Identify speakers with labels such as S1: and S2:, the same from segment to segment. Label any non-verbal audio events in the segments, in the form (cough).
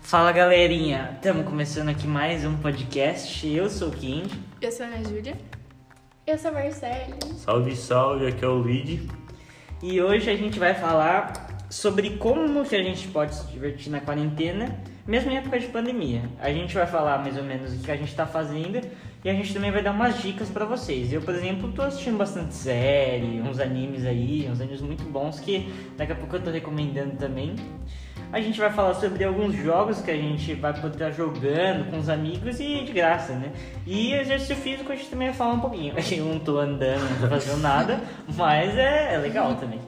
S1: Fala galerinha, estamos começando aqui mais um podcast. Eu sou o King.
S2: Eu sou a Ana Júlia. Eu sou a Marcele.
S3: Salve, salve, aqui é o Lid.
S1: E hoje a gente vai falar sobre como que a gente pode se divertir na quarentena, mesmo em época de pandemia. A gente vai falar mais ou menos o que a gente está fazendo e a gente também vai dar umas dicas para vocês. Eu, por exemplo, tô assistindo bastante série, uns animes aí, uns animes muito bons que daqui a pouco eu tô recomendando também. A gente vai falar sobre alguns jogos que a gente vai poder estar jogando com os amigos e de graça, né? E exercício físico a gente também vai falar um pouquinho. (laughs) Eu não tô andando, não tô fazendo nada, mas é- é legal também.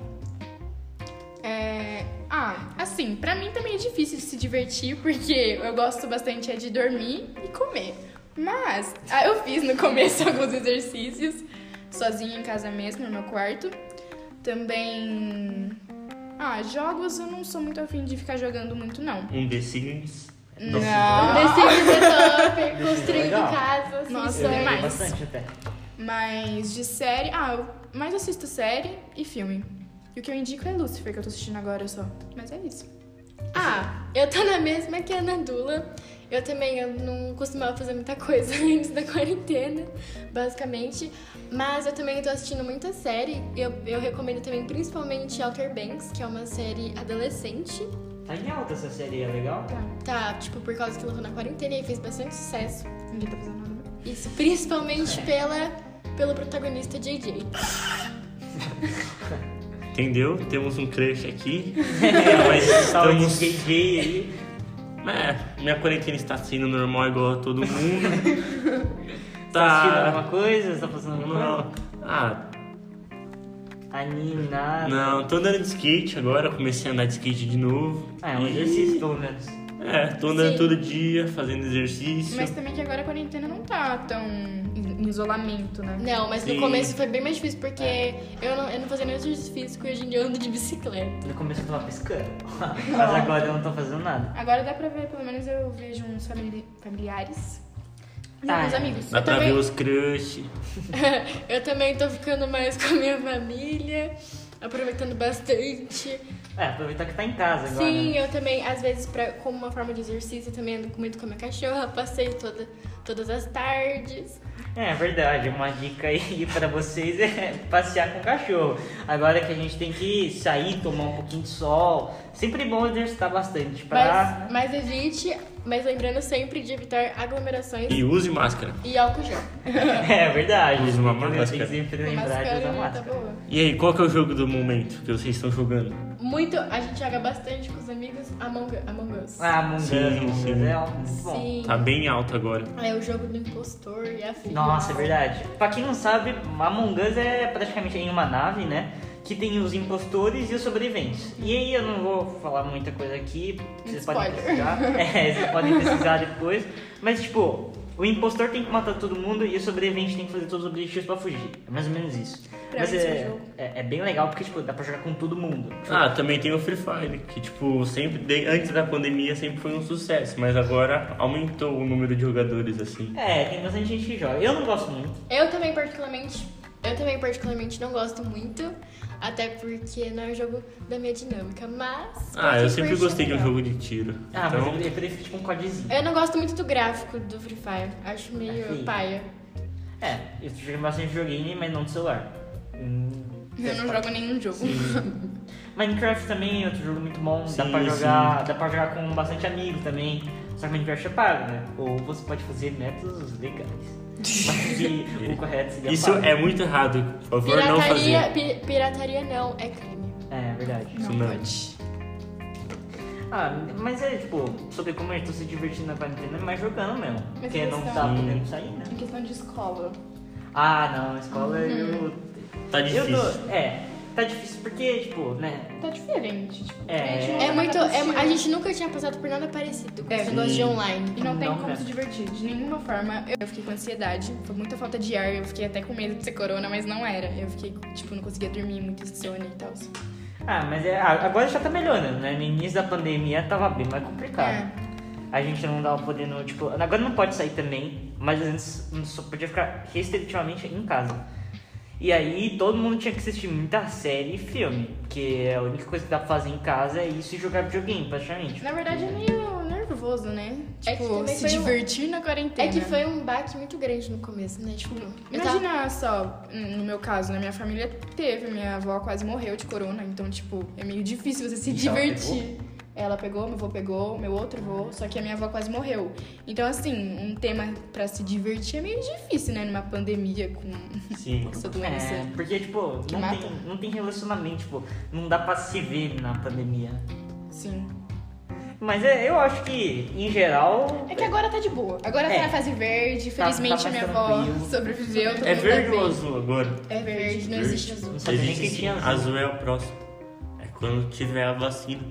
S2: É... Ah, assim, pra mim também é difícil se divertir, porque eu gosto bastante é de dormir e comer. Mas ah, eu fiz no começo (laughs) alguns exercícios, sozinha em casa mesmo, no meu quarto. Também... Ah, jogos eu não sou muito afim de ficar jogando muito, não.
S3: Um The Sims.
S2: Não.
S4: Decide de construindo
S1: Legal.
S4: casa, assim,
S2: Nossa,
S1: Eu
S4: sonho.
S1: joguei
S2: demais.
S1: bastante até.
S2: Mas de série... Ah, eu mais assisto série e filme. E o que eu indico é Lucifer, que eu tô assistindo agora só. Mas é isso.
S4: Ah, eu tô na mesma que a Ana Dula. Eu também eu não costumava fazer muita coisa (laughs) antes da quarentena, basicamente. Mas eu também tô assistindo muita série. Eu, eu recomendo também, principalmente, Outer Banks, que é uma série adolescente.
S1: Tá em alta essa série, é legal?
S4: Tá, tipo, por causa que lançou na quarentena e fez bastante sucesso.
S2: Ninguém tá fazendo nada.
S4: Isso, principalmente pela, pelo protagonista JJ.
S3: Entendeu? Temos um crush aqui. É, Mas
S1: Salve
S3: estamos.
S1: de gay aí.
S3: É, minha quarentena está sendo normal igual a todo mundo.
S1: Tá assistindo
S3: tá.
S1: alguma coisa? Tá fazendo alguma
S3: Não. Ah,
S1: coisa? Tá Anime, nada.
S3: não, tô andando de skate agora, comecei a andar de skate de novo.
S1: Ah, é um
S3: E-
S1: exercício, pelo menos.
S3: É, tô andando
S4: Sim.
S3: todo dia, fazendo exercício.
S2: Mas também que agora a quarentena não tá tão em em isolamento, né?
S4: Não, mas
S3: Sim. É.
S4: no começo foi bem mais difícil porque eu, não, eu não fazia nenhum exercício físico e hoje em dia eu ando de bicicleta.
S1: No começo eu tava pescando. (laughs) Mas agora eu não tô fazendo nada.
S2: Agora dá pra ver, pelo menos eu vejo uns famili- familiares.
S1: Tá.
S2: Não, uns amigos.
S3: Dá
S4: eu
S3: pra
S4: também-
S3: ver os crush.
S4: eu também tô ficando mais com a minha família, aproveitando bastante.
S1: É, aproveitar que tá em casa agora.
S4: Sim,
S1: né?
S4: eu também, às vezes, pra, como uma forma de exercício, eu também ando muito com a minha cachorra, passeio toda, todas as tardes.
S1: É verdade, uma dica aí (laughs) pra vocês é passear com o cachorro. Agora que a gente tem que sair, tomar um pouquinho de sol. Sempre bom exercitar bastante pra.
S4: Mas, mas evite, mas lembrando sempre de evitar aglomerações
S3: E use máscara.
S4: e álcool gel.
S1: (laughs) É verdade.
S3: Usa uma
S1: tem que-
S3: máscara.
S1: Tem que sempre
S4: A
S1: lembrar de usar
S4: máscara tá
S1: máscara.
S4: boa.
S3: E aí, qual que é o jogo do momento que vocês estão jogando?
S4: Muito, a gente joga bastante com os amigos Among, Among Us.
S1: Ah, Among Us,
S3: Sim,
S1: Among Us
S3: sim.
S1: é um- muito bom.
S4: Sim.
S3: Tá bem alto agora.
S4: É o jogo do impostor e afim.
S1: Nossa, é verdade. Pra quem não sabe, Among Us é praticamente em uma nave, né? Que tem os impostores e os sobreviventes. E aí eu não vou falar muita coisa aqui, vocês podem
S4: Spoiler.
S1: pesquisar.
S2: (laughs)
S1: É, vocês podem pesquisar depois. Mas tipo, o impostor tem que matar todo mundo e o sobrevivente tem que fazer todos os objetivos pra fugir. É mais ou menos isso.
S2: Pra
S1: Mas
S2: mim, esse
S1: é,
S2: jogo.
S1: é, é bem legal porque tipo, dá pra jogar com todo mundo.
S3: Ah, também tem o Free Fire, que tipo, sempre de- antes da pandemia sempre foi um sucesso, mas agora aumentou o número de jogadores assim.
S1: É, tem bastante gente que joga. Eu não gosto muito.
S4: Eu também particularmente, eu também particularmente não gosto muito, até porque não é o jogo da minha dinâmica, mas
S3: Ah, eu sempre
S4: curte,
S3: gostei de um
S4: legal.
S3: jogo de tiro.
S1: Ah,
S3: então,
S1: mas eu prefiro tipo um codezinho.
S4: Eu não gosto muito do gráfico do Free Fire, acho meio
S3: Assim.
S1: Aqui.
S4: paia.
S1: É, eu jogo bastante joguinho, mas não de celular. Hum,
S2: Eu não jogo nenhum jogo.
S1: Minecraft também é outro jogo muito bom, dá
S3: Sim,
S1: pra jogar, dá pra jogar com bastante amigo também. Só que Minecraft é pago, né? Ou você pode fazer métodos legais. Mas
S3: (laughs)
S1: que o correto seria
S3: isso
S1: pago.
S3: é muito errado, por favor, não
S4: Pirataria,
S3: fazer.
S4: pi- pirataria não é crime.
S1: É, verdade.
S3: Isso
S2: não
S3: não.
S2: pode.
S1: Ah, mas é tipo, sobre como eu tô se divertindo na quarentena, mas jogando mesmo. porque
S2: eles
S1: não
S2: estão-
S1: tá
S3: Sim.
S1: podendo sair, né?
S2: Em questão de escola.
S1: Ah, não, a escola
S2: Uhum.
S1: eu.
S3: Tá difícil.
S1: Eu tô. É, tá difícil porque, tipo, né?
S2: Tá diferente, tipo.
S1: É.
S2: a gente não
S4: É
S2: tá
S4: muito,
S2: nada
S4: é- a
S2: possível.
S4: gente nunca tinha passado por nada parecido com
S2: É.
S4: esse negócio de
S2: E
S4: online.
S2: não tem
S1: Não,
S2: como
S1: né?
S2: se divertir de nenhuma forma. Eu fiquei com ansiedade, foi muita falta de ar, eu fiquei até com medo de ser corona, mas não era. Eu fiquei, tipo, não conseguia dormir, muito insônia e tal.
S1: Ah, mas é, ah, agora já tá melhorando, né? No início da pandemia tava bem mais complicado.
S2: É.
S1: A gente não tava podendo, tipo, agora não pode sair também, mas antes não só podia ficar restritivamente em casa. E aí todo mundo tinha que assistir muita série e é filme, porque a única coisa que dá pra fazer em casa é isso e jogar videogame, praticamente.
S2: Na verdade é meio nervo- nervoso, né?
S4: É que
S2: Tipo,
S4: também
S2: se
S4: foi um-
S2: divertir na quarentena.
S4: É que foi um baque muito grande no começo, né? Tipo, eu tava-
S2: Imagina só, hum, no meu caso, na minha família teve, minha avó quase morreu de corona, então, tipo, é meio difícil você se
S1: Ixi, ela
S2: divertir. Ela pegou, meu avô pegou, meu outro avô, só que a minha avó quase morreu. Então, assim, um tema pra se divertir é meio difícil, né? Numa pandemia com
S3: Sim.
S2: essa doença.
S1: É, porque, tipo,
S2: Que
S1: não
S2: mata.
S1: tem, não tem relacionamento, tipo, não dá pra se ver na pandemia.
S2: Sim.
S1: Mas é, eu acho que, em geral.
S2: É que agora tá de boa. Agora
S1: É.
S2: tá na fase verde,
S1: Tá- tá
S2: felizmente
S1: mais
S2: a minha avó
S1: tranquilo.
S2: sobreviveu. todo
S3: É
S2: mundo
S3: verde
S2: tá bem.
S3: ou azul agora?
S2: É verde, não
S3: Verde.
S2: existe azul.
S1: Não sabia nem
S3: Existe
S1: que
S3: sim.
S1: tinha azul.
S3: Azul é o próximo. É quando tiver a vacina.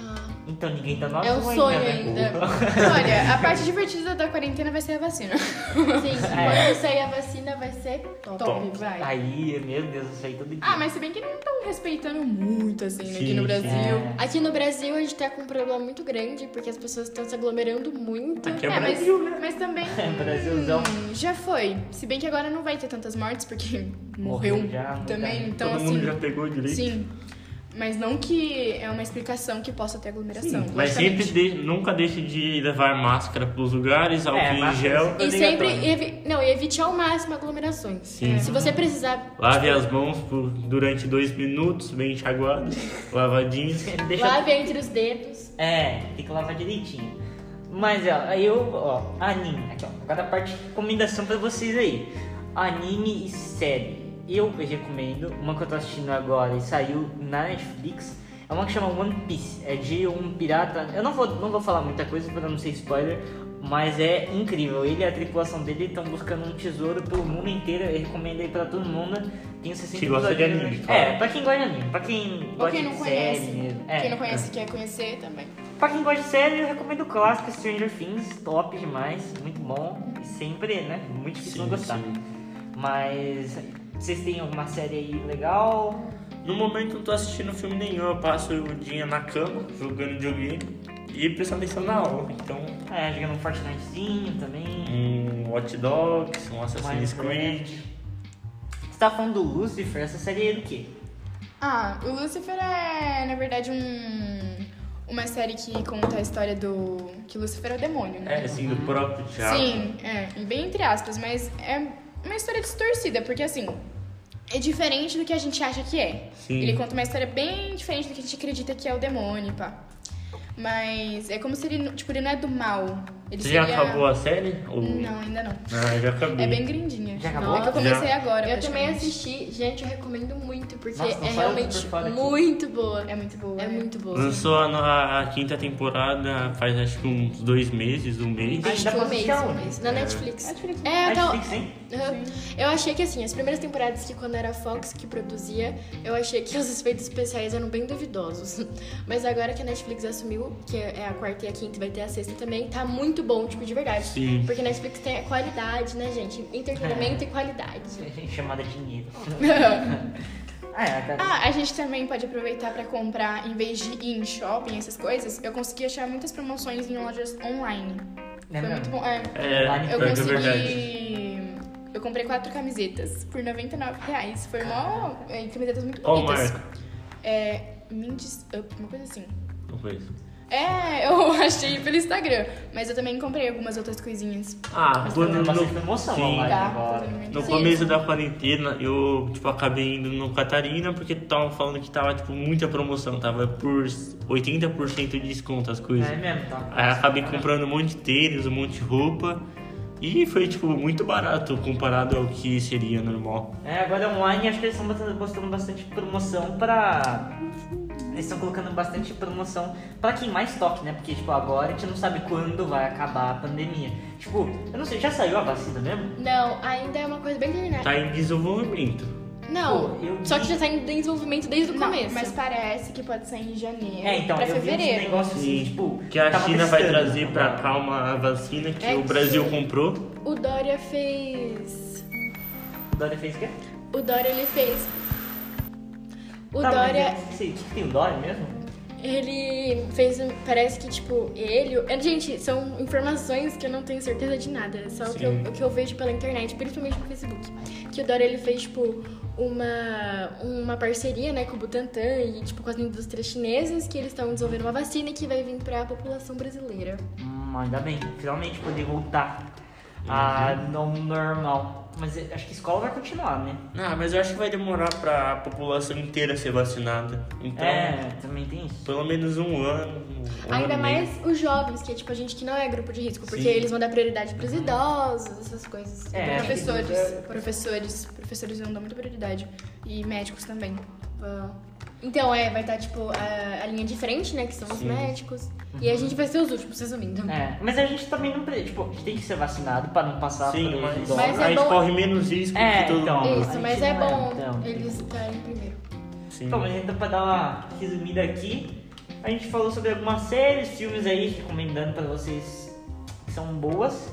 S4: Ah,
S1: Então ninguém tá no
S4: é um
S1: azul
S4: sonho
S1: ainda. né?
S4: ainda.
S2: Olha, a parte divertida da quarentena vai ser a vacina.
S4: Sim,
S1: É.
S4: quando sair a vacina vai ser top.
S2: Top, vai.
S1: Aí, meu Deus, eu saí todo dia.
S2: Ah, mas se bem que não estão respeitando muito, assim, né, aqui
S3: Sim,
S2: no
S3: sim.
S2: Brasil.
S1: É.
S4: Aqui no Brasil a gente tá com um problema muito grande porque as pessoas estão se aglomerando muito.
S3: Aqui é,
S2: É, mas,
S3: Brasil.
S2: mas
S3: (laughs)
S2: também.
S1: É, Brasilzão.
S2: hum, já foi. Se bem que agora não vai ter tantas mortes, porque
S1: Morreu
S2: morreu,
S1: já,
S2: também.
S1: muita-
S2: Então,
S3: Todo
S2: assim.
S3: mundo já pegou direito.
S2: Sim. Mas não que é uma explicação que possa ter aglomeração.
S3: Mas sempre
S2: logicamente.
S3: de- nunca deixe de levar máscara pros lugares, álcool em
S1: máscara
S3: gel. Tá
S1: sempre
S4: E sempre
S1: obrigatório.
S4: evi- não, e evite ao máximo aglomerações.
S3: né? Sim.
S4: Se você precisar,
S3: Lave as mãos por, durante dois minutos, bem enxaguadas, lavadinhas.
S1: Deixa
S4: lave entre os dedos.
S1: É, tem que lavar direitinho. Mas ó, aí eu, ó, anime, aqui ó, agora a parte de recomendação pra vocês aí. Anime e série. Eu recomendo, uma que eu tô assistindo agora e saiu na Netflix, é uma que chama One Piece, é de um pirata. Eu não vou, não vou falar muita coisa pra não ser spoiler, mas é incrível. Ele e a tripulação dele estão buscando um tesouro pelo mundo inteiro, eu recomendo aí pra todo mundo. Tem 60
S3: Que gosta de
S1: episódios.
S3: anime, claro.
S1: É, pra quem gosta de anime, pra quem
S2: Ou
S1: gosta
S2: quem não
S1: de série
S2: conhece.
S1: mesmo. É.
S2: Quem não conhece quer conhecer também.
S1: Pra quem gosta de série, eu recomendo o clássico Stranger Things, top demais, muito bom. E sempre, né? Muito difícil não
S3: Sim,
S1: gostar.
S3: sim.
S1: Mas vocês têm alguma série aí legal?
S3: No momento eu não tô assistindo filme nenhum, eu passo o dia na cama, jogando videogame e prestando atenção na aula. Então,
S1: É, jogando um Fortnitezinho também.
S3: um Hot Dogs, um Assassin's
S1: Minecraft.
S3: Creed.
S1: Você tá falando do Lucifer, essa série é do quê?
S2: Ah, o Lucifer é, na verdade, um, uma série que conta a história do. que Lucifer é o demônio, né?
S3: É, assim, do próprio diabo.
S2: Sim, é, bem entre aspas, mas é uma história distorcida, porque assim, é diferente do que a gente acha que é.
S3: Sim.
S2: Ele conta uma história bem diferente do que a gente acredita que é o demônio, pá. Mas é como se ele, não- tipo, ele não é do mal. Ele
S3: Você já
S2: seria-
S3: acabou a série? Ou...
S2: Não, ainda não.
S3: Ah, já acabei.
S2: É bem grindinha.
S1: Já acabou?
S2: É que eu comecei agora.
S4: Eu também
S2: praticamente.
S4: assisti, gente, eu recomendo muito porque
S1: Nossa, não
S4: é
S1: fala
S4: realmente
S1: por fora aqui.
S4: muito boa.
S2: É muito boa.
S4: É
S2: né?
S4: muito boa.
S3: Lançou a, no- a- a quinta temporada faz acho que uns dois meses, um mês.
S1: Ai, dá
S4: Acho que
S1: pra
S4: um mês,
S1: assistir
S4: um
S1: aonde?
S4: mês. Na Netflix.
S2: Netflix.
S4: É, eu tava-
S1: Netflix, hein?
S4: Aham. Eu achei que assim, as primeiras temporadas que quando era a Fox que produzia, eu achei que os efeitos especiais eram bem duvidosos. (laughs) Mas agora que a Netflix assumiu, que é a quarta e a quinta, e vai ter a sexta também, tá muito bom, tipo, de verdade.
S3: Sim.
S4: Porque a Netflix tem a qualidade, né, gente? Entretenimento e qualidade.
S1: (laughs) Chamada dinheiro. ah, é, cara.
S2: Ah, a gente também pode aproveitar pra comprar, em vez de ir em shopping, essas coisas, eu consegui achar muitas promoções em lojas online.
S1: Não é
S2: Foi muito
S1: mesmo?
S2: bom. É,
S3: É,
S1: Online
S2: eu
S3: pior que é
S2: consegui.
S3: verdade.
S2: Eu comprei quatro camisetas por R$ 99 reais. Foi mó. é, camisetas muito
S3: Qual
S2: bonitas.
S3: marca?
S2: É. Mindes Up, uma coisa assim.
S3: Não conheço.
S2: É, eu (laughs) achei pelo Instagram. Mas eu também comprei algumas outras coisinhas.
S3: Ah,
S1: Tem
S3: quando
S1: bastante
S3: no,
S1: promoção
S3: Sim.
S1: online
S2: Tá,
S1: agora.
S3: no
S4: Sim.
S3: começo da quarentena eu tipo, acabei indo no Catarina porque tava falando que tava tipo, muita promoção, tava por 80% de desconto as coisas.
S1: É mesmo, tá?
S3: Aí eu acabei comprando um monte de tênis, um monte de roupa. E foi tipo muito barato comparado ao que seria normal.
S1: É, agora online acho que eles estão botando, postando bastante promoção pra. Eles estão colocando bastante promoção pra quem mais toque, né? Porque, tipo, agora a gente não sabe quando vai acabar a pandemia. Tipo, eu não sei, já saiu a vacina mesmo?
S4: Não, ainda é uma coisa bem terminada.
S3: Tá em desenvolvimento.
S4: Não,
S1: Pô, eu
S4: só
S1: vi-
S4: que já tá em desenvolvimento desde o
S2: Não,
S4: começo.
S2: mas parece que pode sair em janeiro.
S1: É, então,
S2: pra
S1: eu vi
S2: fevereiro.
S1: esse negócio assim, tipo.
S3: Que a
S1: tava
S3: China vai
S1: testando.
S3: trazer pra cá uma vacina que
S4: É
S3: o
S4: que-
S3: Brasil comprou.
S4: O Dória fez.
S1: O Dória fez o quê?
S4: O Dória ele fez. O
S1: Tá, mas
S4: Dória.
S1: é- sei, que Tem o tipo, Dória mesmo?
S4: Ele fez. um- Parece que, tipo, ele. é, Gente, são informações que eu não tenho certeza de nada. É só o que, eu,
S3: Sim.
S4: o que eu vejo pela internet, principalmente no Facebook. Que o Dora ele fez, tipo, uma, uma parceria, né, com o Butantan e, tipo, com as indústrias chinesas, que eles estão desenvolvendo uma vacina que vai vir pra população brasileira.
S1: Hum, ainda bem, finalmente poder voltar a
S3: Uhum.
S1: não normal. Mas eu acho que escola vai continuar, né?
S3: Ah, mas eu acho que vai demorar pra população inteira ser vacinada. Então,
S1: É, também tem isso.
S3: pelo menos um ano. um ano
S4: Ainda
S3: e meio.
S4: mais os jovens, que é, tipo, a gente que não é grupo de risco, porque
S3: Sim.
S4: eles vão dar prioridade pros idosos, essas coisas.
S1: É, acho que
S2: Professores, professores, professores vão dar muita prioridade. E médicos também.
S4: Bom. Então, é, vai estar, tipo, a, a linha de frente, né? Que são os
S3: Sim.
S4: médicos. E a gente vai ser os últimos, resumindo.
S1: É, mas a gente também não. pre- Tipo, a gente tem que ser vacinado pra não passar
S3: Sim,
S1: por
S3: mas,
S1: idosos.
S4: Mas é
S3: a gente
S4: bom-
S3: corre menos risco
S1: É,
S3: que todo
S1: então.
S3: mundo.
S1: a
S4: Isso, mas
S1: gente
S4: é
S1: não é,
S4: bom
S1: então.
S4: eles estarem primeiro.
S3: Sim.
S1: Então,
S4: é.
S1: mas então pra dar uma resumida aqui, a gente falou sobre algumas séries, filmes aí, recomendando pra vocês que são boas.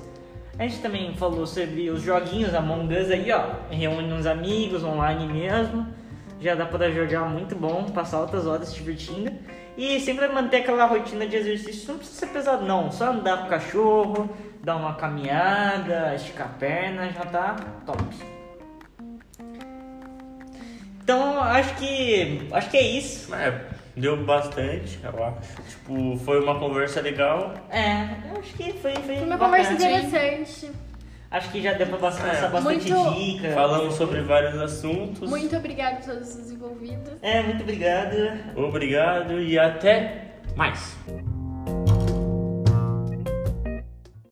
S1: A gente também falou sobre os joguinhos Among Us aí, ó. Reúne uns amigos online mesmo. Já dá pra jogar muito bom, passar altas horas se divertindo. E sempre manter aquela rotina de exercício, não precisa ser pesado não, só andar com o cachorro, dar uma caminhada, esticar a perna, já tá top. Então acho que. acho que é isso.
S3: É, deu bastante, eu acho. Tipo, foi uma conversa legal.
S1: É, eu acho que foi. Foi
S4: Foi uma
S1: bacana.
S4: conversa interessante.
S1: Acho que já deu pra bastante,
S3: É.
S1: bastante
S4: Muito-
S1: dica.
S3: Falamos sobre vários assuntos.
S4: Muito obrigada a todos os envolvidos.
S1: É, muito obrigado.
S3: Obrigado e até mais.